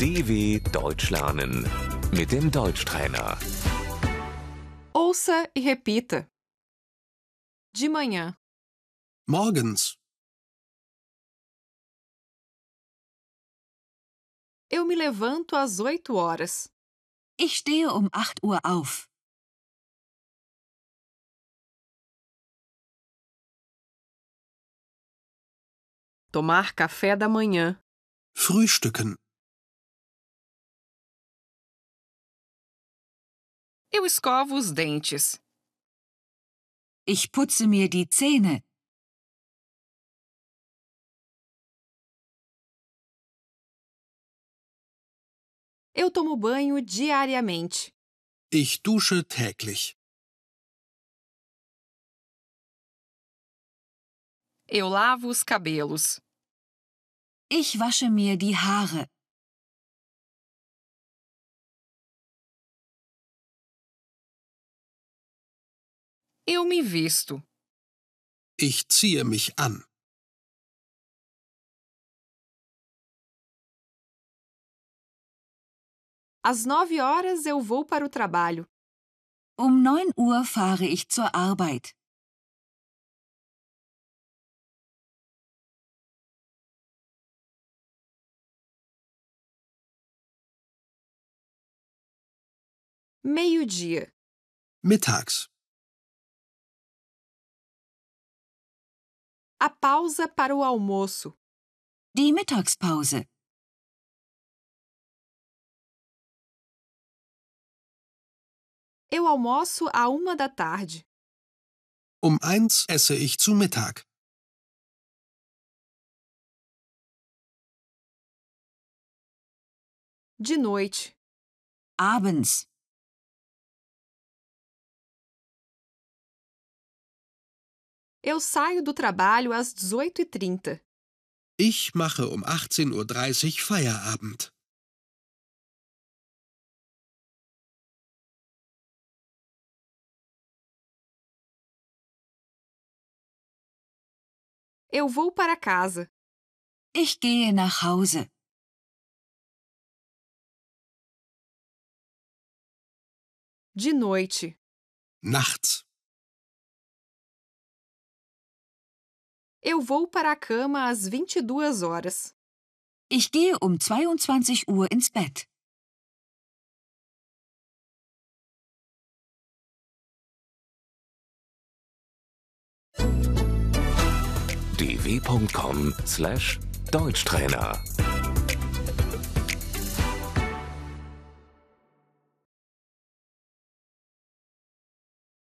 DW Deutsch lernen mit dem Deutschtrainer. Ouça e repita. De manhã, Morgens. eu me levanto às 8 horas. Ich stehe um 8 Uhr auf. Tomar café da manhã, Frühstücken. eu escovo os dentes. Ich putze mir die Zähne. Eu tomo banho diariamente. Ich dusche täglich. Eu lavo os cabelos. Ich wasche mir die Haare. Eu me visto. Ich ziehe mich an. Às 9 horas eu vou para o trabalho. Um 9 Uhr fahre ich zur Arbeit. Meio-dia, Mittags. a pausa para o almoço. Die Mittagspause. Eu almoço à 1 da tarde. Um eins esse ich zu Mittag. De noite, Abends. eu saio do trabalho às 18h30. Ich mache um 18.30 Uhr Feierabend. Eu vou para casa. Ich gehe nach Hause. De noite, Nachts. eu vou para a cama às 22 horas. Ich gehe um 22 Uhr ins Bett. dw.com/deutschtrainer